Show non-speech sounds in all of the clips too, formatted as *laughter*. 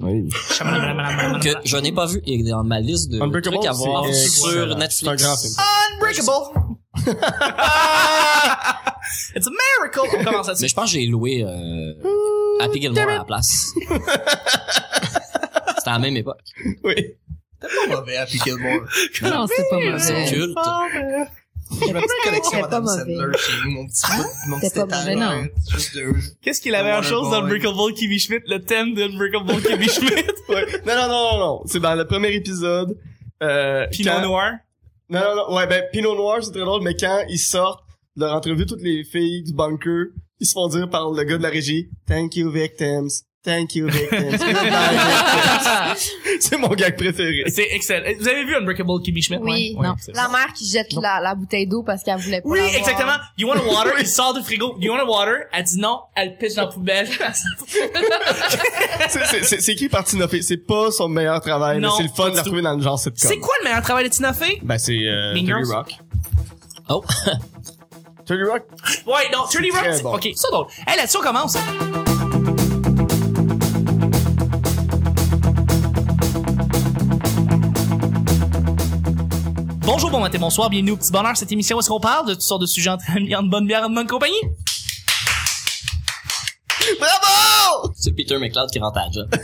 Oui. que je n'ai pas vu et dans ma liste de Unbreakable, trucs à voir c'est sur excellent. C'est un grand Netflix. film. Unbreakable! *laughs* Ah! It's a miracle! On commence Mais là-dessus. je pense que j'ai loué euh, Happy Gilmore à la place. C'était à la même époque. Oui. Pas mauvais, Happy *laughs* Gilmore. Non, c'est pas C'est mauvais. culte. J'ai ma petite collection C'était pas Adam mauvais. Ah, Sandler chez nous, mon petit bout, mon C'était petit pas étagère, mauvais, non. Juste deux. Qu'est-ce qui est la The meilleure Water chose dans Boy. Breakable Kimmy Schmidt? Le thème de Breakable Kimmy Schmidt? Ouais. Non, non, non, non, non. C'est dans le premier épisode. Euh, Pinot quand- Noir? Non, non, non. Ouais, ben, Pinot Noir, c'est très drôle, mais quand ils sortent de leur entrevue, toutes les filles du bunker, ils se font dire par le gars de la régie, Thank you, victims. Thank you, *laughs* victims. Goodbye, victims. c'est mon gag préféré. C'est excellent. Vous avez vu Unbreakable Kimmy Schmidt? Oui, Ouais. non. Ouais, c'est La mère qui jette la, la bouteille d'eau parce qu'elle voulait pas Oui, l'avoir. exactement. You want a water? Il sort du frigo. You want a water? Elle dit non. Elle pisse dans la poubelle. C'est- c'est- C'est c'est écrit par Tina Fey. C'est pas son meilleur travail, Non, mais c'est le pas fun de du la tout. retrouver dans le genre sitcom. c'est quoi le meilleur travail de Tina Fey? Ben, c'est euh, Mean 30 Girls? Rock. Oh. *laughs* 30 Rock? Ouais, non, 30 Rock. très c'est- bon. Ok, ça drôle. Hey, là-dessus, on commence. hein. Bonjour, bon matin, bonsoir, bienvenue au Petit Bonheur, cette émission où est-ce qu'on parle de toutes sortes de sujets entre amis, en bonne bière, en bonne compagnie. Bravo! C'est Peter McLeod qui rentre à la job.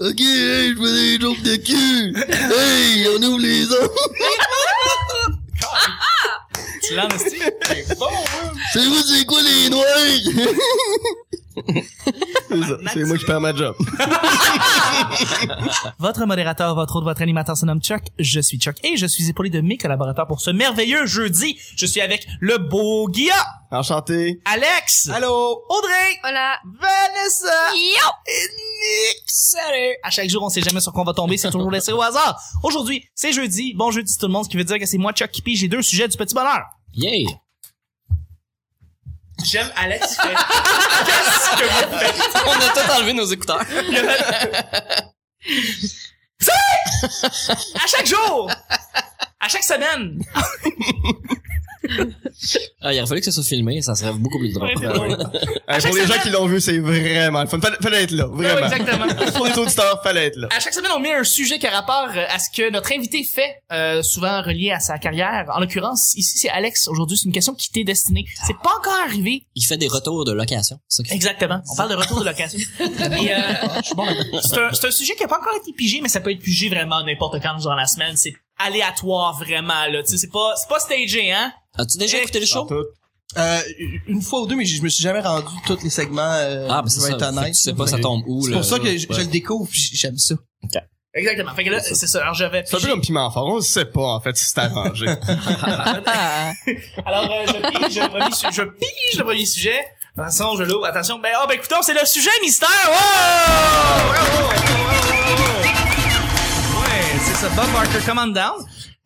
Ok, hey, je fais des jokes de cul! hey, on ouvre les autres! Tu l'as, Nasty? C'est vous, c'est quoi les noirs? c'est moi qui perds ma job. Votre modérateur, votre autre, votre animateur se nomme Chuck. Je suis Chuck et je suis épaulé de mes collaborateurs pour ce merveilleux jeudi. Je suis avec le beau Guilla, Enchanté. Alex, Allô, Audrey, Voilà. Ah! Vanessa Yo! et Nick. Salut. À chaque jour, on sait jamais sur quoi on va tomber, c'est toujours laissé au hasard. Aujourd'hui, c'est jeudi. Bon jeudi tout le monde, ce qui veut dire que c'est moi Chuck qui pige les deux sujets du petit bonheur. Yay! J'aime Alex. Qu'est-ce que vous faites On a tout enlevé nos écouteurs. À chaque jour, à chaque semaine. Ah, il aurait fallu que ça soit filmé, ça serait beaucoup plus drôle. Hey, chaque Euh, pour les gens semaine- qui l'ont vu, c'est vraiment le fun. Fallait, fallait être là, vraiment. Exactement. pour les auditeurs, fallait être là. À chaque semaine, on met un sujet qui a rapport euh, à ce que notre invité fait, euh, souvent relié à sa carrière. En l'occurrence, ici, c'est Alex. Aujourd'hui, c'est une question qui t'est destinée. C'est pas encore arrivé. Il fait des retours de location. c'est ça qu'il fait. Exactement. On parle de retour de location. Et, euh, je suis bon là-dedans. c'est un, c'est un sujet qui a pas encore été pigé, mais ça peut être pigé vraiment n'importe quand durant la semaine. C'est aléatoire vraiment, là. Tu sais, c'est pas, c'est pas stagé, hein? As-tu déjà Eh, écouté le show? Tout. Euh, une fois ou deux, mais je je me suis jamais rendu tous les segments, euh, Ah, ben je c'est vais ça. être Fait que honnête. Tu sais pas, ça tombe où, C'est là. pour ça que je, Ouais. je le découvre puis j'aime ça. Exactement. Fait que là, c'est ça. Alors, j'avais C'est un peu pigé. comme Piment Fort, on sait pas, en fait, si *laughs* c'est arrangé. Ah. Alors, euh, je pige le premier sujet. Je pige le premier sujet. Attention, je l'ouvre. Attention. Ben, ah, ben, écoutons, c'est le sujet mystère. Oh! Bravo! Ouais, c'est ça. Bob Barker, come on down.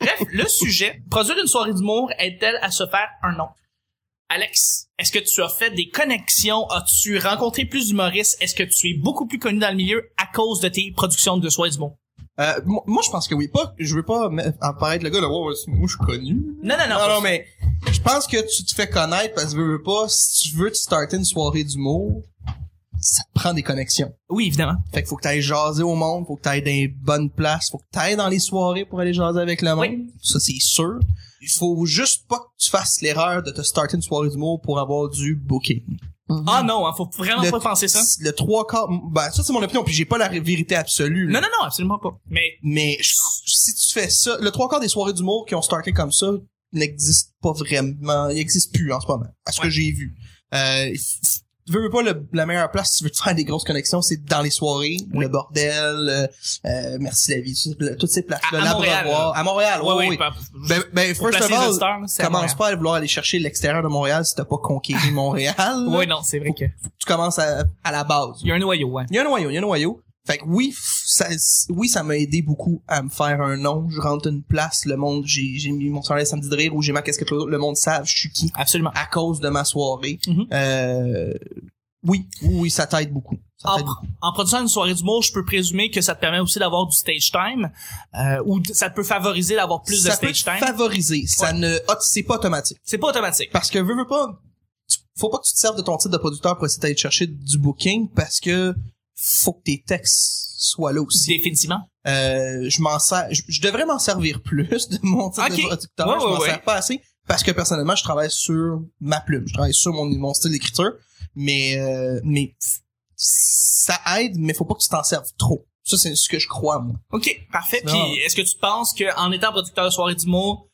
Bref, le sujet, produire une soirée d'humour aide-t-elle à se faire un nom? Alex, est-ce que tu as fait des connexions? As-tu rencontré plus d'humoristes? Est-ce que tu es beaucoup plus connu dans le milieu à cause de tes productions de soirée d'humour? Euh, moi, moi, je pense que oui. Pas, je veux pas me- apparaître le gars là. Ouais, ouais, c'est- moi, je suis connu. Non, non, non. Non, non, mais je pense que tu te fais connaître parce que veux, veux pas, si tu veux te starter une soirée d'humour, ça te prend des connexions. Oui, évidemment. Fait que faut que t'ailles jaser au monde, faut que t'ailles dans les bonnes places, faut que t'ailles dans les soirées pour aller jaser avec le monde. Oui. Ça, c'est sûr. Il faut juste pas que tu fasses l'erreur de te starter une soirée d'humour pour avoir du booking. Ah non, hein, faut vraiment Le- pas penser ça. Le trois quarts, ben, ça, c'est mon opinion, puis j'ai pas la vérité absolue. là. Non, non, non, absolument pas. Mais Mais je- si tu fais ça, le trois quarts des soirées d'humour qui ont starté comme ça n'existent pas vraiment, ils n'existent plus en ce moment, à ce Ouais. que j'ai vu. Euh, f- f- veux, veux pas le- la meilleure place si tu veux te faire des grosses connexions, c'est dans les soirées, Oui. le bordel, euh, euh, merci la vie, tout- le- toutes ces places À- à là, Montréal, à Montréal, Ah, ouais, ouais, pas- Ben, ben Pour first placer of les all, auditeurs, là, c'est à commence Montréal. pas à vouloir aller chercher l'extérieur de Montréal si t'as pas *laughs* conquis Montréal. là. Oui, non, c'est vrai que. Tu commences à, à la base. Il y a un noyau, ouais. Il y a un noyau, il y a un noyau. Fait que oui, f- ça, s- oui, ça m'a aidé beaucoup à me faire un nom. Je rentre une place, le monde, j'ai, j'ai mis mon soirée samedi de rire où j'ai ma qu'est-ce que le le monde savent, je suis qui, Absolument. à cause de ma soirée. Mhm. Euh, oui, oui, oui, ça t'aide beaucoup. Ça En, t'aide beaucoup. en produisant une soirée d'humour, je peux présumer que ça te permet aussi d'avoir du stage time, euh, ou d- ça te peut favoriser d'avoir plus ça de peut stage te time. favoriser. Ça ne, ah, c'est pas automatique. C'est pas automatique. Parce que veux, veux pas, tu- faut pas que tu te serves de ton titre de producteur pour essayer d'aller te chercher du booking parce que faut que tes textes soient là aussi. Définitivement. Euh, je m'en sers, je, je devrais m'en servir plus de mon titre Ok. de producteur. Ouais, je m'en ouais, ouais. sers pas assez parce que personnellement, je travaille sur ma plume, je travaille sur mon, mon style d'écriture, mais euh, mais ça aide, mais faut pas que tu t'en serves trop. Ça, c'est ce que je crois, moi. OK, parfait. Non. Puis est-ce que tu penses qu'en étant producteur de soirée d'humour,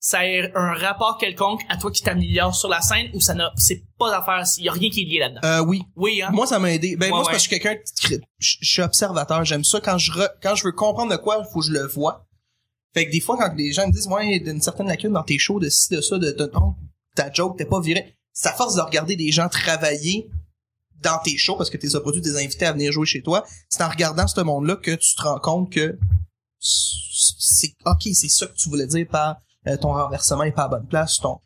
ça a un rapport quelconque à toi qui t'améliore sur la scène ou ça n'a c'est pas d'affaire, il y a rien qui est lié là-dedans. Euh, oui. Oui, hein. Moi, ça m'a aidé. Ben, Ouais, moi, c'est ouais. parce que je suis quelqu'un, de- je je suis observateur. J'aime ça. Quand je, re- quand je veux comprendre de quoi, il faut que je le vois. Fait que des fois, quand les gens me disent, ouais, d'une certaine lacune dans tes shows, de ci, de ça, de, de- non, ta joke, t'es pas viré. C'est à force de regarder des gens travailler dans tes shows, parce que t'es as produit des invités à venir jouer chez toi. C'est en regardant ce monde-là que tu te rends compte que c'est, ok, c'est ça que tu voulais dire par euh, ton renversement est pas à bonne place, ton,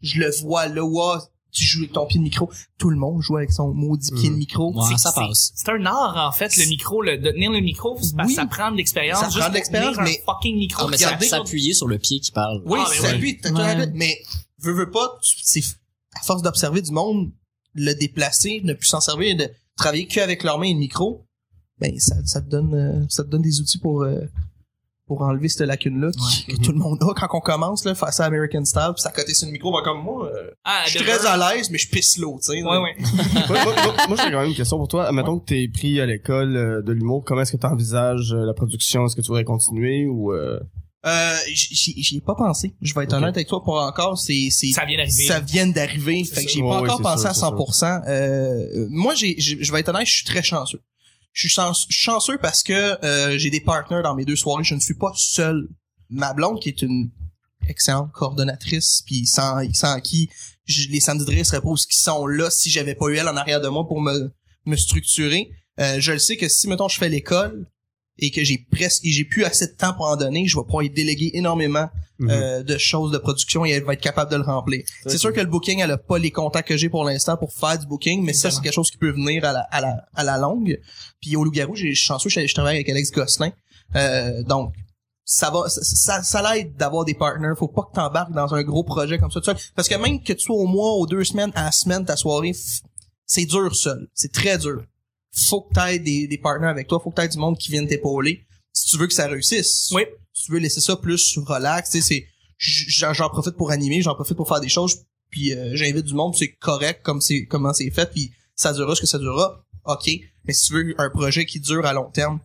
je le vois là, ouah, tu joues avec ton pied de micro. Tout le monde joue avec son maudit pied de micro. Hmm. Ouais, C'est- ça c'est- passe. C'est un art en fait le micro, le de tenir le micro, c'est parce que Oui. ça prend de l'expérience. Ça prend de Juste pour l'expérience, tenir un mais- fucking micro. Ah, mais ça Regardez quand- s'appuyer sur le pied qui parle. Oui, Ah, mais c'est oui. lui, t'as Ouais. tout à fait. Mais, veux, veux pas, tu- c'est, à force d'observer du monde, le déplacer, ne plus s'en servir, de travailler qu'avec leurs mains et le micro, ben, ça, ça te donne, euh, ça te donne des outils pour, euh, pour enlever cette lacune-là qui- que tout le monde a quand on commence, là, face à American Style, pis ça côté sur le micro, ben, comme moi, euh, Ah, je suis de- très à l'aise, mais je pisse l'eau, tu sais. Ouais, ouais. moi, moi, moi, moi, j'ai quand même une question pour toi. Mettons que t'es pris à l'école euh, de l'humour, comment est-ce que t'envisages euh, la production? Est-ce que tu voudrais continuer ou... Euh... Euh, j'y- j'y j'y ai pas pensé. Je vais être Ok. honnête avec toi pour encore, c'est, c'est, Ça vient d'arriver. ça vient d'arriver. C'est Fait que ça. j'ai Ouais, pas ouais, encore c'est pensé sûr, à c'est sûr. 100%. Euh, euh, moi, j'ai, j'ai- je vais être honnête, je suis très chanceux. Je suis chance- chanceux parce que euh, j'ai des partenaires dans mes deux soirées. Je ne suis pas seul. Ma blonde, qui est une excellente coordonnatrice, puis sans, sans qui je- les samedis de rire seraient pas où qui sont là si j'avais pas eu elle en arrière de moi pour me, me structurer. Euh, je le sais que si, mettons, je fais l'école et que j'ai presque et j'ai plus assez de temps pour en donner, je vais pouvoir y déléguer énormément Mhm. euh, de choses de production et elle va être capable de le remplir. C'est sûr que le booking, elle a pas les contacts que j'ai pour l'instant pour faire du booking, mais ça, c'est quelque chose qui peut venir à la, à la, à la longue. Puis au Loup-Garou, j'ai je suis chanceux, je, je travaille avec Alex Gosselin. Euh, donc, ça va, ça, ça, ça l'aide d'avoir des partners. Faut pas que t'embarques dans un gros projet comme ça tout seul. Parce que même que tu sois au mois, aux deux semaines, à la semaine, ta soirée, f- c'est dur seul. C'est très dur. Faut que t'aies des, des partners avec toi. Faut que t'aies du monde qui vienne t'épauler. Si tu veux que ça réussisse. Oui. Si tu veux laisser ça plus relax, tu sais, c'est, j'en j'en profite pour animer, j'en profite pour faire des choses puis euh, j'invite du monde, puis c'est correct comme c'est comment c'est fait, puis ça durera ce que ça durera, ok. Mais si tu veux un projet qui dure à long terme,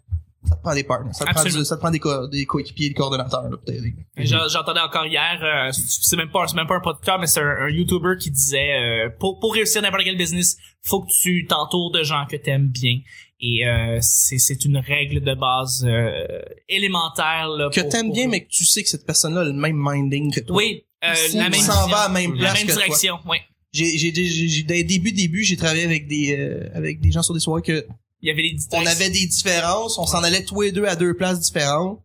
ça te prend des partners, ça te prend, Absolument. du- ça te prend des, co- des coéquipiers, des coordonnateurs là, pour t'aider. J'en- J'entendais encore hier, euh, c'est même pas, c'est même pas un producteur, mais c'est un, un YouTuber qui disait, euh, pour, pour réussir n'importe quel business, faut que tu t'entoures de gens que t'aimes bien. Et euh, c'est c'est une règle de base euh, élémentaire. Là, Que pour- t'aimes pour- bien, mais que tu sais que cette personne-là a le même minding que toi. Oui, euh, Si la il même s'en vision, va à la même la place même que toi. direction. Oui. J'ai, j'ai, j'ai, j'ai- dès le début, début, j'ai travaillé avec des, euh, avec des gens sur des soirées que Il y avait les on avait des différences, on s'en allait tous les deux à deux places différentes.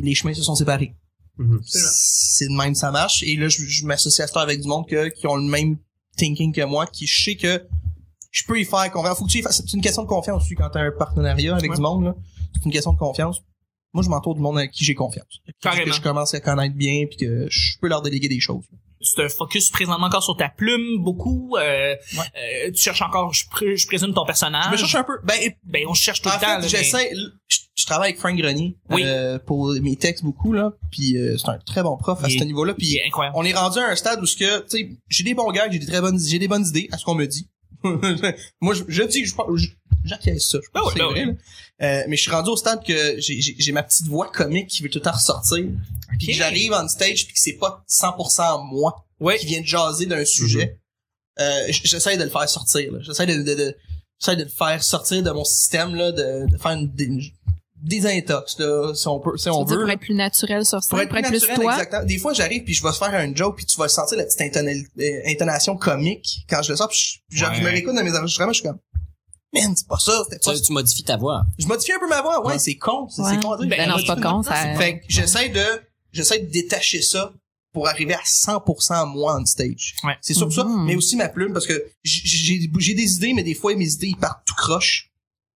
Les chemins se sont séparés. Mhm. C'est de même ça marche. Et là, je, je m'associe à ça avec du monde que- qui ont le même thinking que moi, qui je sais que je peux y faire confiance. Faut que tu y fasses- C'est une question de confiance aussi quand t'as un partenariat avec Ouais. du monde. là. C'est une question de confiance. Moi, je m'entoure du monde avec qui j'ai confiance. Carrément. Que je commence à connaître bien, puis que je peux leur déléguer des choses. tu te focuses présentement encore sur ta plume beaucoup. euh, euh, tu cherches encore, je, pré- je présume, ton personnage. Je me cherche un peu. Ben, Ben, on cherche tout En le temps. fait, là, mais- j'essaie. l- Je, je travaille avec Frank Grenier Oui. euh, pour mes textes beaucoup là. Puis euh, c'est un très bon prof à Il- ce niveau-là. Puis C'est incroyable. on est rendu à un stade où ce que tu sais, j'ai des bons gars, j'ai des très bonnes, j'ai des bonnes idées à ce qu'on me dit. *laughs* Moi, je, je dis, que je pense- je- j'acquiesce ça. Je pense Ah ouais, Ben que bah c'est vrai. là. Euh, mais je suis rendu au stade que j'ai- j'ai j'ai ma petite voix comique qui veut tout le temps ressortir. Puis que j'arrive en stage puis que c'est pas 100% moi Oui. qui vient de jaser d'un sujet, euh, j- j'essaie de le faire sortir. là. J'essaie de, de, de- j'essaie de le faire sortir de mon système, là, de, de faire une, dé- une désintox, là, si on peut, si on Tu veux dire veut. Pour là. être plus naturel sur scène, pour être, naturel, plus toi. exactement. Des fois, j'arrive puis je vais faire un joke puis tu vas sentir la petite intona- euh, intonation comique quand je le sors. Puis je, puis genre, Ouais. je me réécoute dans mes enregistrements, je suis comme, man, c'est pas ça. c'était pas Tu, tu modifies ta voix. Je modifie un peu ma voix. Ouais, Ouais. c'est con. C'est Ouais. c'est con. à dire. Ben non, c'est pas con, ça- Fait que j'essaie de, j'essaie de détacher ça pour arriver à 100% moi on stage. Ouais. C'est sûr ça, Mhm. mais aussi ma plume parce que j- j'ai j'ai des idées, mais des fois mes idées ils partent tout croche.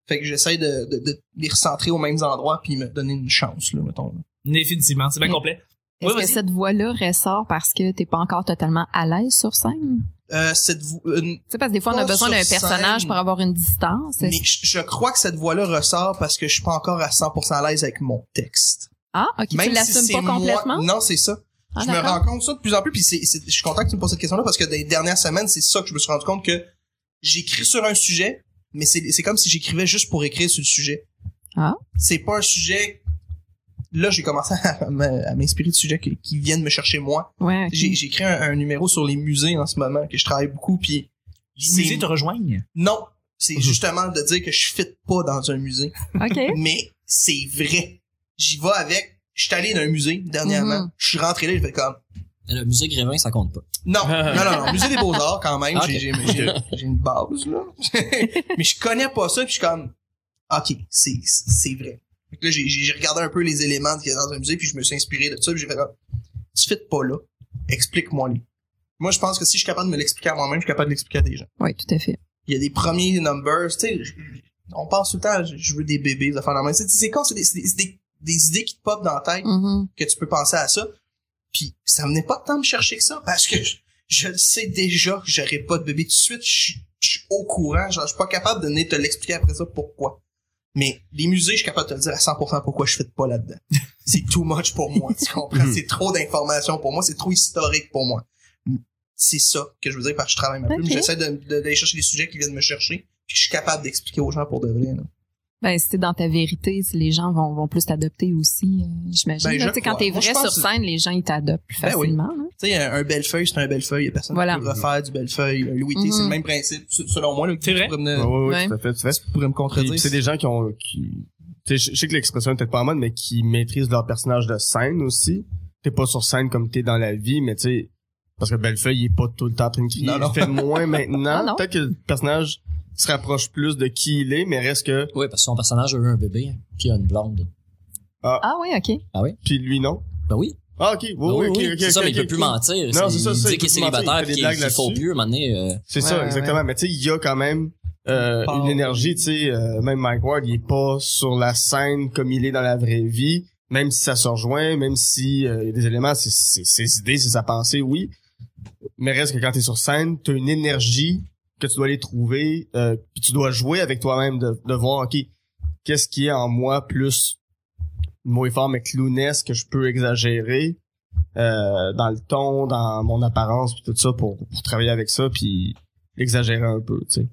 Fait que j'essaie de, de, de les recentrer aux mêmes endroits puis me donner une chance là, mettons. Définitivement, c'est bien Mm. complet. Est-ce Oui, que vas-y. cette voix-là ressort parce que t'es pas encore totalement à l'aise sur scène? euh, cette vo- une- Tu sais, parce que des fois, on a Pas besoin d'un sur personnage scène. pour avoir une distance. mais je, je crois que cette voix-là ressort parce que je suis pas encore à 100% à l'aise avec mon texte. Ah, ok, tu l'assumes c'est pas moi- complètement? Non, c'est ça. Ah, je me d'accord. rends compte de ça de plus en plus, puis c'est, c'est- je suis content que tu me poses cette question-là parce que des dernières semaines, c'est ça que je me suis rendu compte que j'écris sur un sujet, mais c'est, c'est comme si j'écrivais juste pour écrire sur le sujet. Ah. C'est pas un sujet. Là, j'ai commencé à *laughs* m- à m'inspirer de sujets qui, qui viennent me chercher moi. Ouais, ok. J'ai, j'écris un, un numéro sur les musées en ce moment que je travaille beaucoup, puis Les musées te rejoignent. non, Mhm. c'est justement de dire que je fit pas dans un musée Ok. *laughs* mais c'est vrai. J'y vais avec. Je suis allé dans un musée dernièrement. Mhm. Je suis rentré là, je fais comme Le musée Grévin, ça compte pas. non, non, non, non, musée des beaux arts quand même. Ok. J'ai- J'ai j'ai- j'ai une base là, *laughs* mais je connais pas ça. Puis je suis comme ok, c'est c'est vrai. Fait que là, j'ai- j'ai j'ai regardé un peu les éléments qu'il y a dans un musée, puis je me suis inspiré de ça. Puis j'ai fait comme tu fais pas là. Explique-moi les. Moi, je pense que si je suis capable de me l'expliquer à moi-même, je suis capable de l'expliquer à des gens Oui, tout à fait. il y a des premiers numbers, tu sais, je- je- on pense tout le temps, je- je veux des bébés, des affaires de la main. C'est c'est con, c'est des, c'est des- c'est des- des idées qui te popent dans la tête, Mhm. que tu peux penser à ça. Puis ça venait pas de temps me chercher que ça, parce que je, je le sais déjà que j'aurai pas de bébé tout de suite, je suis- je suis au courant, genre, je suis pas capable de venir te l'expliquer après ça pourquoi. Mais les musées, je suis capable de te le dire à 100% pourquoi je fais de pas là-dedans. C'est too much pour moi, tu comprends? C'est trop d'informations pour moi, c'est trop historique pour moi. C'est ça que je veux dire parce que je travaille ma plume. Ok. J'essaie de- de- d'aller chercher des sujets qui viennent me chercher, puis que je suis capable d'expliquer aux gens pour de vrai. là. Ben, si t'es dans ta vérité, si les gens vont, vont plus t'adopter aussi, euh, j'imagine. Ben, là. je Tu sais, quand crois. t'es Moi, vrai je pense sur que- scène, les gens, ils t'adoptent plus Ben oui. facilement. hein. Tu sais, un, un Bellefeuille, c'est un Bellefeuille. Il y a personne Voilà. qui peut refaire du Bellefeuille. Un Louis T, c'est Mhm. le même principe, se- selon moi. Là, C'est vrai. Tu pourrais me, oui, Ouais. tout à fait, tout à fait. tu pourrais me Puis, contredire. puis c'est des gens qui ont, qui, tu sais, je- je sais que l'expression est peut-être pas en mode, mais qui maîtrisent leur personnage de scène aussi. T'es pas sur scène comme t'es dans la vie, mais tu sais, parce que Bellefeuille, il est pas tout le temps en train de crier. Non, non. Il fait *laughs* moins maintenant. Non, non. Peut-être que le personnage se rapproche plus de qui il est, mais reste que, Oui, parce que son personnage a eu un bébé, hein, puis il a une blonde. Ah oui, ok. puis lui non. Ben oui. Ah, ok, oui, oui, ok, ok. c'est ça, ok, mais il ok, peut plus cool. mentir. Non, c'est ça, Il ça, dit il qu'il est peut plus mentir, il célibataire, fait des puis qu'il blagues qu'il faut là-dessus. plus, maintenant. euh, C'est Ouais, ça, ouais, exactement. Mais tu sais, il y a quand même euh, Part. une énergie, tu sais, euh, même Mike Ward, il est pas sur la scène comme il est dans la vraie vie, même si ça se rejoint, même si euh, il y a des éléments, c'est c'est- c'est ses idées, c'est sa pensée, oui. Mais reste que quand t'es sur scène, t'as une énergie que tu dois aller trouver, euh, puis tu dois jouer avec toi-même de, de voir, ok, qu'est-ce qui est en moi plus le mot est fort, mais clownesque que je peux exagérer euh, dans le ton, dans mon apparence, puis tout ça pour, pour travailler avec ça, puis exagérer un peu, tu sais.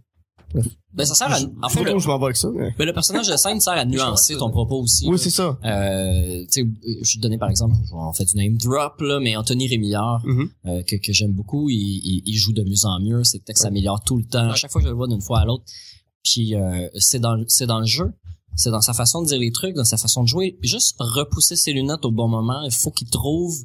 Ben, ça sert à, en Je sais *laughs* fait, pas le, où je m'en vais avec ça, mais... ben, le personnage de scène sert à nuancer ton propos aussi. Oui, là. c'est ça. Euh, tu sais, je vais te donner par exemple, on fait du name drop, là, mais Anthony Rémillard, Mhm. euh, que, que j'aime beaucoup, il, il, il joue de mieux en mieux, ses textes Ouais. s'améliorent tout le temps. À chaque fois que je le vois d'une fois à l'autre, puis euh, c'est dans, le- c'est dans le jeu, c'est dans sa façon de dire les trucs, dans sa façon de jouer. Juste repousser ses lunettes au bon moment, il faut qu'il trouve...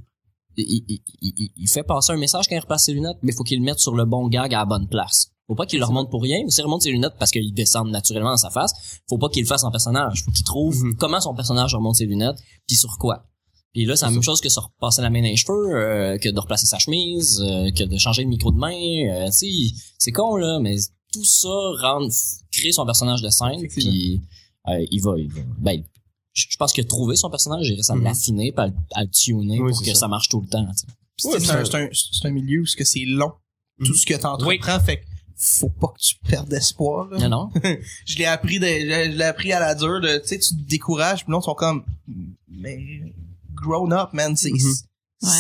Il, il, il- il- il fait passer un message quand il replace ses lunettes, mais il faut qu'il le mette sur le bon gag à la bonne place. Faut pas qu'il le remonte pour rien, ou s'il remonte ses lunettes parce qu'il descend naturellement dans sa face, faut pas qu'il le fasse en personnage. Faut qu'il trouve Mhm. comment son personnage remonte ses lunettes, puis sur quoi. Puis là, c'est la même chose que se repasser la main dans les cheveux, euh, que de replacer sa chemise, euh, que de changer le micro de main. Euh, tu sais, c'est con, là, mais tout ça rend, crée son personnage de scène, Effectivement. puis euh, il va... Il va ben, je je pense que trouver son personnage, il reste à Mhm. l'affiner, puis à, le- à le tuner Oui, pour c'est que ça. ça. marche tout le temps. tu sais. Puis tu sais, Ouais, c'est ça- un- c'est un, c'est un milieu où ce que c'est long. Tout Mhm. ce que t'entreprends, fait que faut pas que tu perdes espoir. là. Non, non. Je l'ai appris, de, je, je l'ai appris à la dure. De, tu sais, tu te décourages, puis là, ils sont comme, mais grown up, man. C'est Mhm.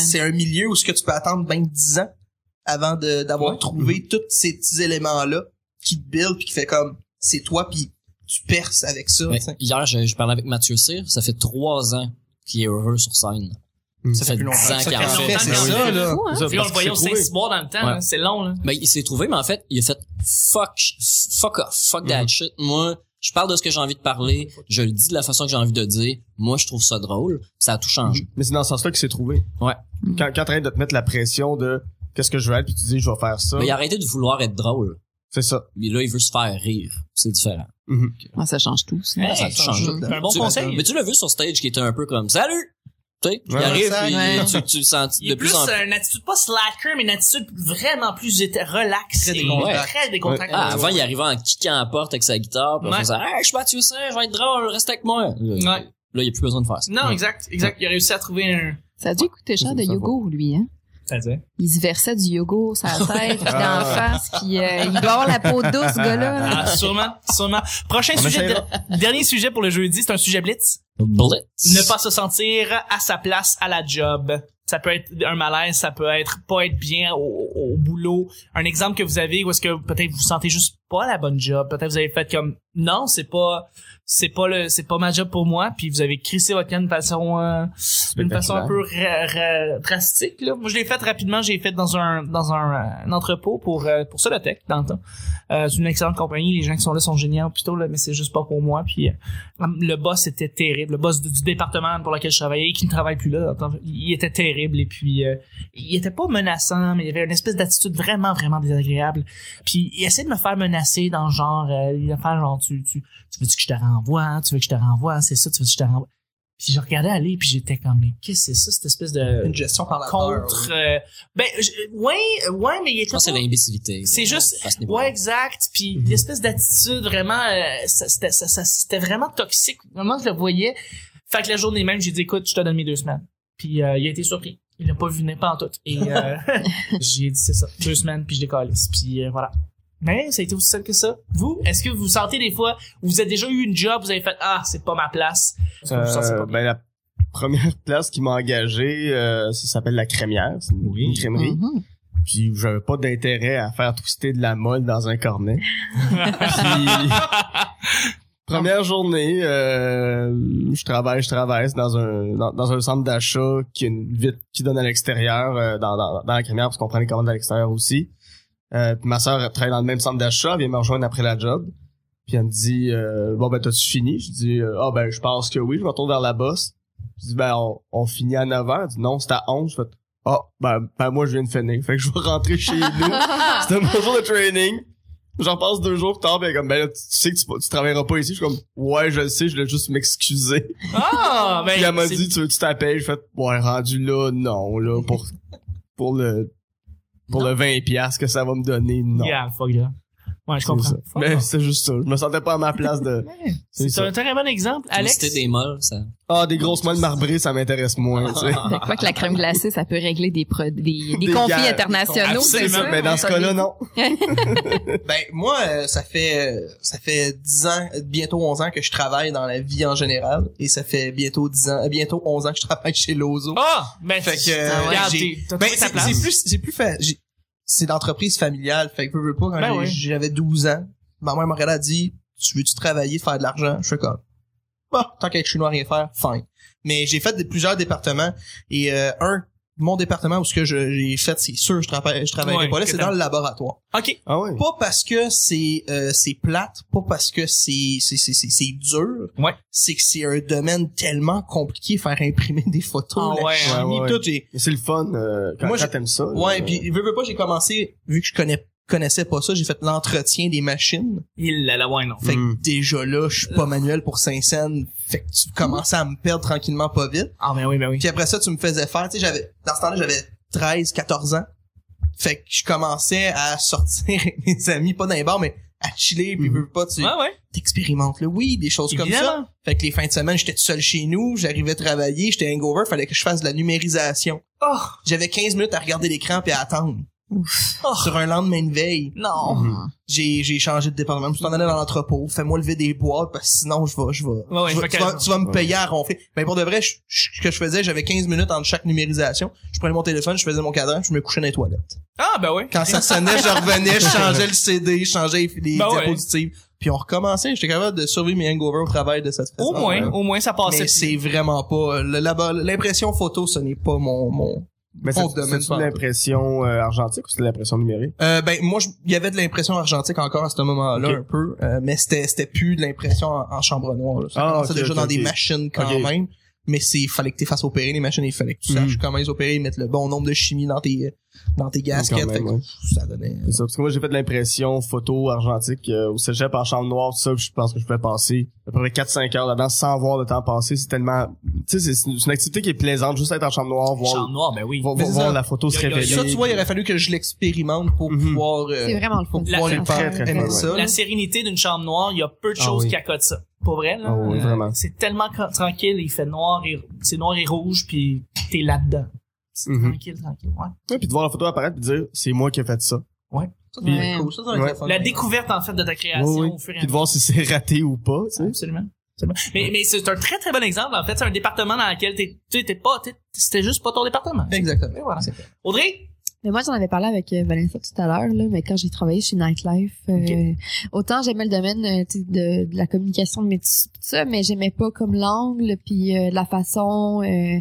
c'est un milieu où ce que tu peux attendre ben 10 ans avant de- d'avoir trouvé tous ces petits éléments là qui te build puis qui fait comme c'est toi puis tu perces avec ça. Mais tu sais. hier, je, je parlais avec Mathieu Cyr, ça fait trois ans qu'il est heureux sur scène. Mhm. Ça fait dix plus longtemps ans que ça qu'il en fait fait. longtemps Ben C'est oui. Ah oui. ça, là. Fou, hein? C'est ça, Puis on parce le que voyait au c'est trouvé. Saint-Cyboire dans le temps, Ouais. hein, c'est long, là. Ben, il s'est trouvé, mais en fait, il a fait fuck, fuck off, fuck that shit. Moi, je parle de ce que j'ai envie de parler, je le dis de la façon que j'ai envie de dire. Moi, je trouve ça drôle. Ça a tout changé. Mhm. Mais c'est dans ce sens-là qu'il s'est trouvé. Ouais. Quand, quand train de te mettre la pression de qu'est-ce que je veux être, puis tu dis je vais faire ça. Mais Ben, il a arrêté de vouloir être drôle. C'est ça. Mhm. Mais là, il veut se faire rire. C'est différent. Ah, ça change tout. ça. ça a tout changé. change. Un bon Tu- conseil. Mais tu l'as vu sur stage qui était un peu comme Salut! Tu sais, il Ouais. arrive, Ouais. puis Ouais. tu, tu le sens Il de est plus plus en plus. une attitude pas slacker, mais une attitude vraiment plus éta- relaxe. Très et décontractée. Très décontractée. Ah, avant, il arrivait en kickant à la porte avec sa guitare, puis en Ouais. faisant Hey, je suis Mathieu Cyr, je vais être drôle, reste avec moi. Là, Ouais. il n'y a plus besoin de faire ça. Non, exact, exact. Il a réussi à trouver un... Ça a dû coûter cher de Yogo, lui, hein? C'est-à-dire? Il se versait du yogourt sur la *laughs* tête, puis dans Ah. la face, puis euh, il doit avoir la peau douce, ce gars-là. Ah, sûrement, sûrement. Prochain On sujet, essaiera. de- dernier sujet pour le jeudi, c'est un sujet blitz. Blitz. Ne pas se sentir à sa place à la job. Ça peut être un malaise, ça peut être pas être bien au, au boulot. Un exemple que vous avez où est-ce que peut-être vous vous sentez juste pas à la bonne job. Peut-être vous avez fait comme non, c'est pas c'est pas le c'est pas ma job pour moi puis vous avez crissé votre canne de façon euh, d'une façon un peu ra- ra- drastique là. Moi je l'ai fait rapidement, j'ai fait dans un dans un, euh, un entrepôt pour euh, pour Solotech dans le temps. Euh, c'est une excellente compagnie, les gens qui sont là sont géniaux plutôt là, mais c'est juste pas pour moi puis euh, le boss était terrible, le boss du, du département pour lequel je travaillais qui ne travaille plus là, dans le temps, il était terrible et puis euh, il était pas menaçant, mais il avait une espèce d'attitude vraiment vraiment désagréable. Puis il essaie de me faire menacer dans le genre euh, il va faire genre tu tu tu veux que je te renvoie, hein? tu veux que je te renvoie, c'est ça, tu veux que je te renvoie. Puis je regardais aller, puis j'étais comme, mais qu'est-ce que c'est ça, cette espèce de Une gestion par la peur. contre... euh, ben, je- ouais, ouais, mais il Je était pense que c'est pas- l'imbécilité. C'est juste- À ce niveau-là. Ouais, exact. Puis Mhm. l'espèce d'attitude vraiment, euh, ça- c'était ça- ça- c'était vraiment toxique. Vraiment, je le voyais. Fait que la journée même, j'ai dit, écoute, je te donne mes deux semaines. Puis euh, il a été surpris. Il n'a pas vu venir pas en tout. Et *laughs* euh, j'ai dit, c'est ça, deux semaines, puis je décolle. Puis euh, voilà. Mais ça a été aussi simple que ça. Vous, est-ce que vous sentez des fois, vous avez déjà eu une job, vous avez fait, ah, c'est pas ma place. Est-ce que vous vous sentez pas Euh, bien? ben, la première *laughs* place qui m'a engagé, euh, ça s'appelle la crémière. C'est une, Oui. une crèmerie. Mhm. Puis j'avais pas d'intérêt à faire twister de la molle dans un cornet. Puis, première journée, euh, je travaille, je traverse dans un dans, dans un centre d'achat qui a une vitre qui donne à l'extérieur euh, dans, dans, dans la crémière parce qu'on prend les commandes à l'extérieur aussi. Euh, puis ma sœur elle travaille dans le même centre d'achat, elle vient me rejoindre après la job. Puis elle me dit euh, bon ben t'as-tu fini Je dis euh, ah ben je pense que oui, je me retourne vers la bosse. Je dis ben on, on finit à 9h, elle dit non, c'est à 11. Je fais ah ben, ben moi je viens de finir, fait que je vais rentrer chez nous. C'était mon jour de training. J'en passe deux jours plus tard, pis elle est comme, ben là, tu tu sais que tu, tu travailleras pas ici. Je suis comme, ouais, je le sais, je voulais juste m'excuser. *laughs* Ah, ben, Puis elle m'a c'est- dit, tu veux-tu t'appeler? J'ai fait, ouais, rendu là, non, là, pour, pour le, pour le 20 piastres que ça va me donner, non. Yeah, fuck là. Ouais, je C'est comprends. ça. Fuck Mais off. c'est juste ça. Je me sentais pas à ma place de, c'est C'est ça. un très bon exemple. Alex? C'était des molles, ça. ah, des grosses mains de marbrées, ça m'intéresse moins, tu sais. Fait que quoi que la crème glacée, ça peut régler des, pro- des, des Ah. Des conflits guerres. internationaux, c'est Absolument. sûr. Mais dans on ce s'en cas-là, dit. non. Ben moi, euh, ça fait euh, ça fait 10 ans, euh, bientôt 11 ans que je travaille dans la vie en général, et ça fait bientôt 10 ans, euh, bientôt 11 ans que je travaille chez Lozo. Ah! Ben, Fait que, euh, ouais, regarde, j'ai- t'es- t'as ben trouvé ta c'est place. c'est plus c'est plus fa- j'ai- c'est d'entreprise familiale, fait que veux, veux pas quand Ben j'ai- ouais. j'avais 12 ans, ma mère Morella a dit "Tu veux tu travailler, faire de l'argent Je fais comme bah tant qu'être chinois rien faire, fine. Mais j'ai fait de, plusieurs départements et euh, un mon département où ce que je- j'ai fait, c'est sûr, je travaille, je travaillerai Ouais, pas là, que c'est t'as- dans le laboratoire OK. Ah ouais. pas parce que c'est euh, c'est plate, pas parce que c'est c'est c'est c'est- c'est dur. Ouais. C'est que c'est un domaine tellement compliqué faire imprimer des Ah photos, la ouais, chimie, ouais, ouais. tout. j'ai- C'est le fun, euh, quand, Moi, quand je- t'aimes ça. Ouais, euh, puis veux, veux pas, j'ai commencé vu que je connais connaissais pas ça, j'ai fait l'entretien des machines. Il l'a, la ouais, non. Fait Mm. que déjà là, je suis pas manuel pour saint scènes fait que tu commençais à me perdre tranquillement pas vite. Ah, ben oui, ben oui. Puis après ça, tu me faisais faire, tu sais, j'avais dans ce temps-là, j'avais 13, 14 ans. Fait que je commençais à *laughs* sortir avec mes amis, pas dans les bars, mais à chiller, puis Mhm. veux, veux pas, tu, Ouais, ouais. t'expérimentes le oui, des choses comme ça. Évidemment. Fait que les fins de semaine, j'étais tout seul chez nous, j'arrivais travailler, j'étais hangover, fallait que je fasse de la numérisation. Oh, J'avais 15 minutes à regarder l'écran puis à attendre. Ouf. Oh. Sur un lendemain de veille, non. Mhm. j'ai, j'ai changé de département. Je suis en allé dans l'entrepôt. Fais-moi lever des boîtes parce que sinon je vais, je vais, Ouais, ouais, je vais- fait tu, que- vas, tu vas me Ouais. payer à ronfler. Mais pour de vrai, je- je- ce que je faisais, j'avais 15 minutes entre chaque numérisation. Je prenais mon téléphone, je faisais mon cadran, je me couchais dans les toilettes. Ah, ben oui. Quand ça sonnait, je revenais, je changeais le CD, je changeais les, les Ben ouais. diapositives. Puis on recommençait. J'étais capable de survivre mes hangovers au travail de cette façon. Au moins, Ah, ouais. au moins, ça passait. Mais c'est vraiment pas... le labo- L'impression photo, ce n'est pas mon... mon... Mais On c'est se demande c'est-tu pas. l'impression euh, argentique ou c'est l'impression numérique? Euh, ben, moi, je- il y avait de l'impression argentique encore à ce moment-là, Ok. un peu. euh, mais c'était c'était plus de l'impression en, en chambre noire. Là. Ça Ah, commençait ok, déjà ok, dans ok. des machines quand Ok. Mhm. même. Mais c'est fallait que tu fasses opérer les machines. Il fallait que tu saches comment ils opéraient, ils mettent le bon nombre de chimie dans tes dans tes Quand gaskets. même, Fait que ouais. Ça donnait... C'est ça, parce que moi j'ai fait de l'impression photo argentique euh, au cégep en chambre noire, tout ça, puis je pense que je pouvais passer à peu près 4-5 heures là-dedans sans voir le temps passer. C'est tellement... Tu sais, c'est- c'est une, c'est une activité qui est plaisante, juste être en chambre noire, voir, Chambre noire, ben oui. voir, Mais voir, c'est voir ça. la photo se Il y a- il y a révéler. Ça, tu vois, il aurait fallu que je l'expérimente pour Mhm. pouvoir... euh, C'est vraiment le fun. pour La- pouvoir c'est le très, faire. très, très aimer bon. ça, là. La sérénité d'une chambre noire, il y a peu de Ah choses oui. qui accotent ça. Pour vrai, là. Ah oui, euh, vraiment. C'est tellement ca- tranquille, il fait noir et, c'est noir et rouge, puis t'es là-dedans. c'est Mhm. tranquille, tranquille. Ouais. Ouais, puis de voir la photo apparaître et dire c'est moi qui ai fait ça. Ça, c'est Ouais. cool. Ça, ça va être Ouais. le fun. La découverte, en fait, de ta création Ouais, ouais. au fur et à Puis de mesure. voir si c'est raté ou pas, tu sais. Absolument. Absolument. Mais, mais c'est un très très bon exemple. En fait, c'est un département dans lequel t'es, t'es, t'es pas, t'es- c'était juste pas ton département. Exactement. Et voilà. C'est fait. Audrey? Mais moi, j'en avais parlé avec euh, Vanessa tout à l'heure, là, mais quand j'ai travaillé chez Nightlife, euh, autant j'aimais le domaine euh, tu sais, de, de la communication de métis, pis tout ça, mais j'aimais pas comme l'angle, puis euh, la façon euh,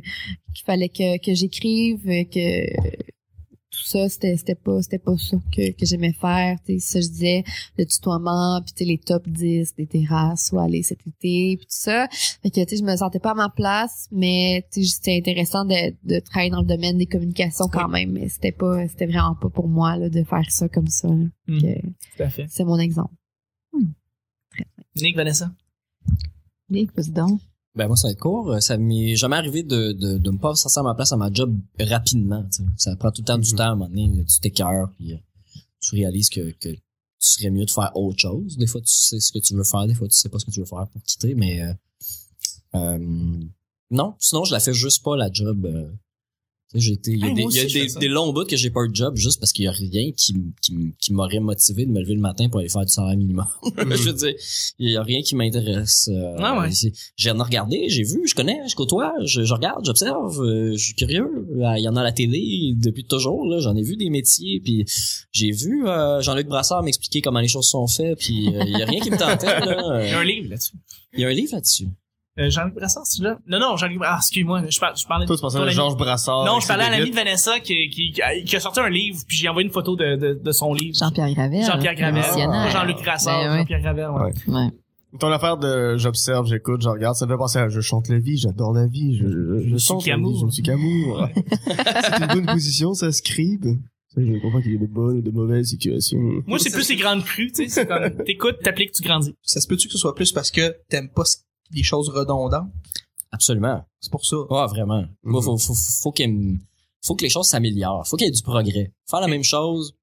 qu'il fallait que, que j'écrive, euh, que tout ça, c'était c'était pas c'était pas ça que, que j'aimais faire. tu sais, ça, je disais, le tutoiement, puis tu sais, les top 10 des terrasses où aller cet été, puis tout ça. Fait que, tu sais, je me sentais pas à ma place, mais, tu sais, c'était intéressant de, de travailler dans le domaine des communications quand même, mais c'était pas, c'était vraiment pas pour moi, là, de faire ça comme ça. là. Mm. Fait que Tout à fait. C'est mon exemple. Nick, Vanessa? Nick, vas-y donc. Ben moi, ça va être court. Euh, Ça m'est jamais arrivé de, de, de me pas sentir à ma place à ma job rapidement. tu sais. Ça prend tout le temps du Mhm. temps. À un moment donné, tu t'écœures, puis euh, tu réalises que, que tu serais mieux de faire autre chose. Des fois, tu sais ce que tu veux faire. Des fois, tu sais pas ce que tu veux faire pour quitter. Mais euh, euh, non, sinon, je la fais juste pas, la job. euh. Tu sais, j'ai été, il y a, Ah, des, moi il y a aussi, je des- fais ça. des longs bouts que j'ai pas eu de job juste parce qu'il y a rien qui, m- qui, m- qui m'aurait motivé de me lever le matin pour aller faire du salaire minimum. *laughs* je veux dire, il y a rien qui m'intéresse. euh, Hmm. Ah ouais. c'est- J'ai en regardé, j'ai vu, je connais, je côtoie, je, je regarde, j'observe, euh, je suis curieux. Ah, Il y en a à la télé depuis toujours, là, j'en ai vu des métiers, puis j'ai vu euh, Jean-Luc Brassard m'expliquer comment les choses sont faites, puis euh, il y a rien qui me tentait. là. *laughs* Il y a Euh, un livre là-dessus. Il y a un livre là-dessus. Euh, Jean-Luc Brassard, c'est là? Non, non, Jean-Luc Brassard, ah, excuse-moi, je, par- je parlais Toi, tu pensais ton à ami. Georges Brassard. Non, avec je ses parlais à l'ami bébites. de Vanessa qui, qui, ah, qui a sorti un livre, puis j'ai envoyé une photo de, de, de son livre. Jean-Pierre Gravel. Jean-Pierre Gravel. Révolutionnaire. Pas Jean-Luc Brassard, Ben ouais. Jean-Pierre Gravel, ouais. Ouais. Ouais. Ton affaire de j'observe, j'écoute, je regarde, ça me fait penser à je chante la vie, j'adore la vie, je, je, je, Je chante suis la vie, Camus. je me suis Camus. ouais. *laughs* c'est une bonne position, ça scribe. Ça, je comprends qu'il y ait de bonnes ou de mauvaises situations. Moi, c'est plus les grandes crues, tu sais, c'est comme, *laughs* t'écoutes, t'appliques, tu grandis. Ça se peut-tu que ce soit plus parce que t'aimes pas ce- les choses redondantes? Absolument. C'est pour ça. Ah, vraiment. Moi, Mhm. faut, faut, faut, qu'il me- faut que les choses s'améliorent. Faut qu'il y ait du progrès. Faire la même chose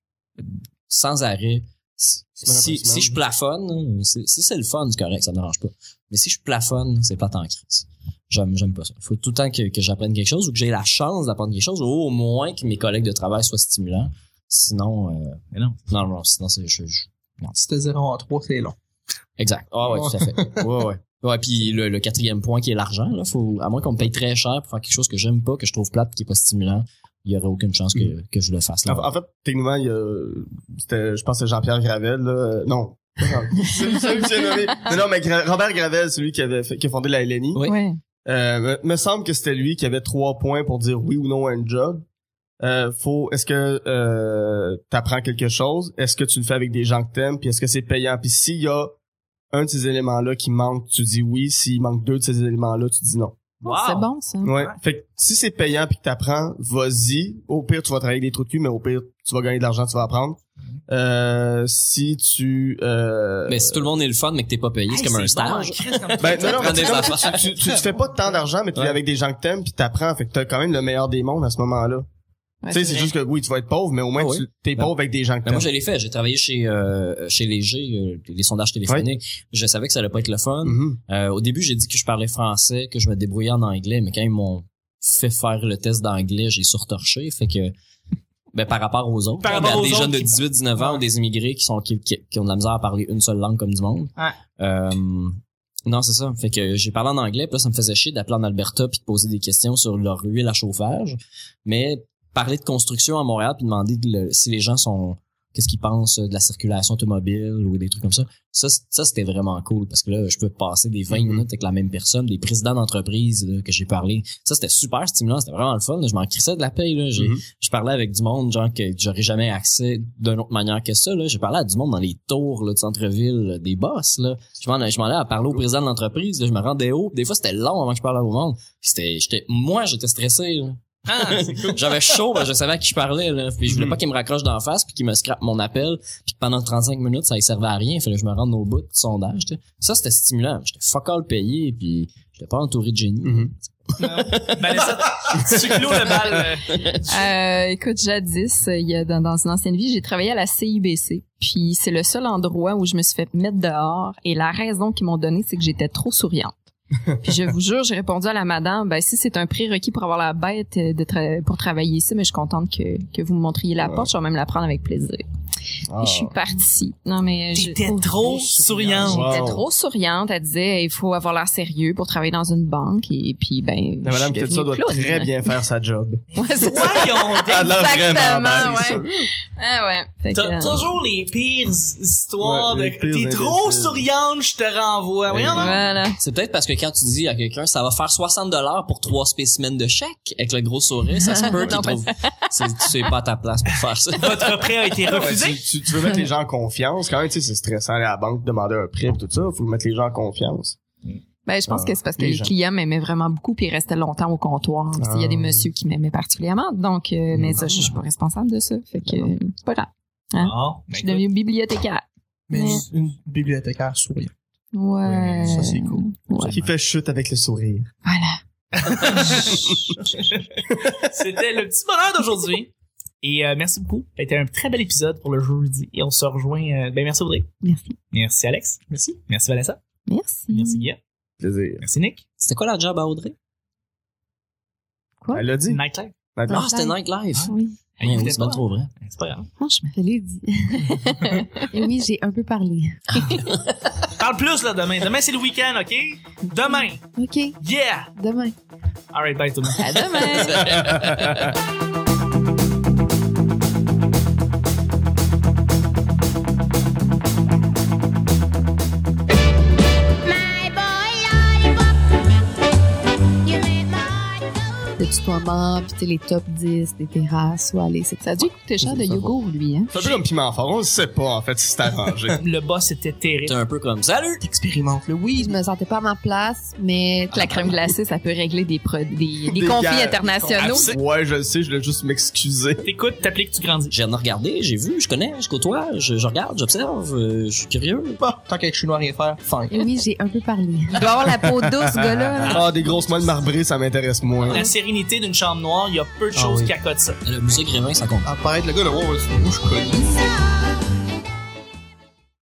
sans arrêt. Si, Semaine après si- semaine. hein. si je plafonne, c'est- si c'est le fun, c'est correct, ça me dérange pas. Mais si je plafonne, c'est pas tant crise. J'aime, j'aime pas ça. Faut tout le temps que, que j'apprenne quelque chose ou que j'ai la chance d'apprendre quelque chose, ou au moins que mes collègues de travail soient stimulants. Sinon, euh, non. non, non, sinon c'est, je- je- Si t'es 0 en 3, c'est long. Exact. Ah ouais, tout à fait. Ouais, ouais. Ouais, puis le, le quatrième point qui est l'argent, là, faut, à moins qu'on me paye très cher pour faire quelque chose que j'aime pas, que je trouve plate, qui est pas stimulant, il y aurait aucune chance que, que je le fasse. Là. En, en fait, techniquement, il y a, c'était, je pense que c'est Jean-Pierre Gravel, là. euh, Non. *laughs* celui, celui que j'ai nommé. Non, non, mais Gra- Robert Gravel, celui qui avait fait- qui a fondé la LNI. Oui. Ouais. Euh, me me semble que c'était lui qui avait trois points pour dire oui ou non à un job. Euh, faut, est-ce que euh, t'apprends quelque chose Est-ce que tu le fais avec des gens que t'aimes Puis est-ce que c'est payant Puis s'il y a un de ces éléments-là qui manque, tu dis oui. S'il manque deux de ces éléments-là, tu dis non. Wow. Oh, C'est bon, ça. Ouais. Fait que si c'est payant puis que t'apprends, vas-y. Au pire, tu vas travailler des trous de cul, mais au pire, tu vas gagner de l'argent, tu vas apprendre. Euh, si tu euh, ah, Mais si tout le monde est le fun, mais que t'es pas payé, c'est Hey, comme un bon, stage. Christ, *laughs* comme- Ben, non, non, mais Prends des tu- non, enfants. mais tu, tu, tu- tu fais pas tant d'argent, mais tu Ouais. es avec des gens que t'aimes, puis t'apprends. Fait que t'as quand même le meilleur des mondes à ce moment-là. Ouais, tu sais, c'est vrai. juste que oui, tu vas être pauvre, mais au moins, Ah oui. tu t'es Ben- pauvre avec des gens que Ben, moi, t'aimes. je l'ai fait. J'ai travaillé chez, euh, chez Léger, euh, les sondages téléphoniques. Je savais que ça allait pas être le fun. Mhm. Euh, au début, j'ai dit que je parlais français, que je me débrouillais en anglais, mais quand ils m'ont fait faire le test d'anglais, j'ai surtorché. Fait que, ben, par rapport aux autres, Par là, rapport ben, aux des autres jeunes de qui- 18, 19 ans ou des immigrés qui sont, qui, qui- qui ont de la misère à parler une seule langue comme du monde. Ouais. Euh, non, c'est ça. Fait que j'ai parlé en anglais, puis là, ça me faisait chier d'appeler en Alberta puis de poser des questions sur leur huile à chauffage. Mais parler de construction à Montréal puis demander de le- si les gens sont qu'est-ce qu'ils pensent de la circulation automobile ou des trucs comme ça. Ça, c- ça c'était vraiment cool parce que là, je peux passer des 20 Mhm. minutes avec la même personne, des présidents d'entreprise là, que j'ai parlé. Ça, c'était super stimulant, c'était vraiment le fun. là. Je m'en crissais de la paye. Là. J'ai- Mhm. Je parlais avec du monde, genre que j'aurais jamais accès d'une autre manière que ça. Là. J'ai parlé à du monde dans les tours là, de centre-ville, là, des boss. Là. Je m'en je m'en allais à parler au président de l'entreprise, là. je me rendais haut. Des fois, c'était long avant que je parle au monde. Puis C'était, j'étais, moi, j'étais stressé. là. Ah, c'est cool. *laughs* Mm-hmm. J'avais chaud, ben, je savais à qui je parlais, là. Puis je voulais pas qu'il me raccroche d'en face, puis qu'il me scrape mon appel, puis que pendant 35 minutes, ça ne servait à rien. Fallait que je me rende au bout du sondage, tu sais. Ça, c'était stimulant. J'étais fuck all payé, puis j'étais pas entouré de génie. Mm-hmm. Mhm. Vanessa, tu clôt le bal. euh, Euh, écoute, jadis, euh, il y a, dans, dans une ancienne vie, j'ai travaillé à la CIBC. *laughs* Puis c'est le seul endroit où je me suis fait mettre dehors. Et la raison qu'ils m'ont donnée, c'est que j'étais trop souriante. Puis je vous jure, j'ai répondu à la madame, ben si c'est un prérequis pour avoir la bête euh, de tra- pour travailler ici, mais je suis contente que, que vous me montriez la porte, je vais même la prendre avec plaisir. Ah. Ah, Et je suis partie. Non mais euh, je- T'étais Oh, trop oui. souriante. Wow. J'étais trop souriante. Elle disait, il faut avoir l'air sérieux pour travailler dans une banque. Et, puis, ben, La je madame suis Kutsa doit devenue clown. très bien faire sa job. *laughs* Ouais, c'est ça. Voyons *laughs* donc. Elle a vraiment mal, c'est Exactement, ouais. Ah ouais. Fait que, T'as euh, toujours les pires histoires Ouais, les de... pires T'es trop imbéciles. Ben souriante, je te renvoie. Voyons donc. Voilà. C'est peut-être parce que quand tu dis à quelqu'un, ça va faire 60 dollars pour trois spécimens de chèque, avec le gros sourire, ça se peut qu'il Non, pas- trouve, c'est, tu sais pas à ta place pour faire ça. Votre prêt a été Ouais, refusé. tu, tu- tu veux mettre les gens en confiance. Quand même, tu sais, c'est stressant aller à la banque, demander un prêt, tout ça. Faut mettre les gens en confiance. Ben, je pense Ah, que c'est parce que les les, gens. clients m'aimaient vraiment beaucoup puis ils restaient longtemps au comptoir. Puis, Il y a des Ah. messieurs qui m'aimaient particulièrement. Donc, euh, mais ça, je je suis pas responsable de ça. Fait que, euh, c'est pas grave. Hein? Ah, Je suis devenue bibliothécaire. Mais Ouais. une- une bibliothécaire souriante. Ouais. Ça, c'est cool. Ouais. Qui fait chute avec le sourire. Voilà. *laughs* C'était le petit bonheur d'aujourd'hui. Et euh, merci beaucoup. Ça a été un très bel épisode pour le jeudi. Et on se rejoint. euh, ben, merci Audrey. Merci. Merci Alex. Merci. Merci Vanessa. Merci. Merci Guillaume. Plaisir. Merci Nick. C'était quoi la job à Audrey? Ouais. Elle l'a dit. Nightlife. Ah, c'était Night Live. Oui. Ouais, Ah, oui, c'est bien trop vrai. C'est pas grave. Franchement. Je l'ai *laughs* dit. Et oui, j'ai un peu parlé. Parle plus là demain. Demain c'est le week-end, ok? Demain. OK, Yeah. demain. Alright, bye tout le monde. À demain. My boy lollipop, you make my heart go. Le tutoiement, puis tu sais, les top 10 des terrasses, ou aller, c'est que Ça a dû coûter cher de yogourt, lui, hein? C'est un peu comme piment fort. On le sait pas, en fait, si c'est *laughs* arrangé. Le boss était terrible. C'était un peu comme, salut! T'expérimentes le Je oui. me sentais pas à ma place, mais La crème glacée, ça peut régler des, pro- des, des, conflits guerres. internationaux. Absolument. ouais, je le sais, je voulais juste m'excuser. T'écoutes, t'appliques, tu grandis. J'ai regardé, j'ai vu, je connais, je côtoie, je, je regarde, j'observe, euh, je suis curieux. Bah, tant qu'être chinois rien faire, fine. Et oui, j'ai un peu parlé. Il doit avoir la peau douce, ce gars-là. là. Ah, des grosses mains de marbrées, ça m'intéresse moins. La sérénité d'une chambre noire, il y a peu de Ah choses oui. qui accotent ça. Le musée Grévin, ça compte. Apparaître le gars, là, ouais, ouais, c'est- moi, je suis connu. So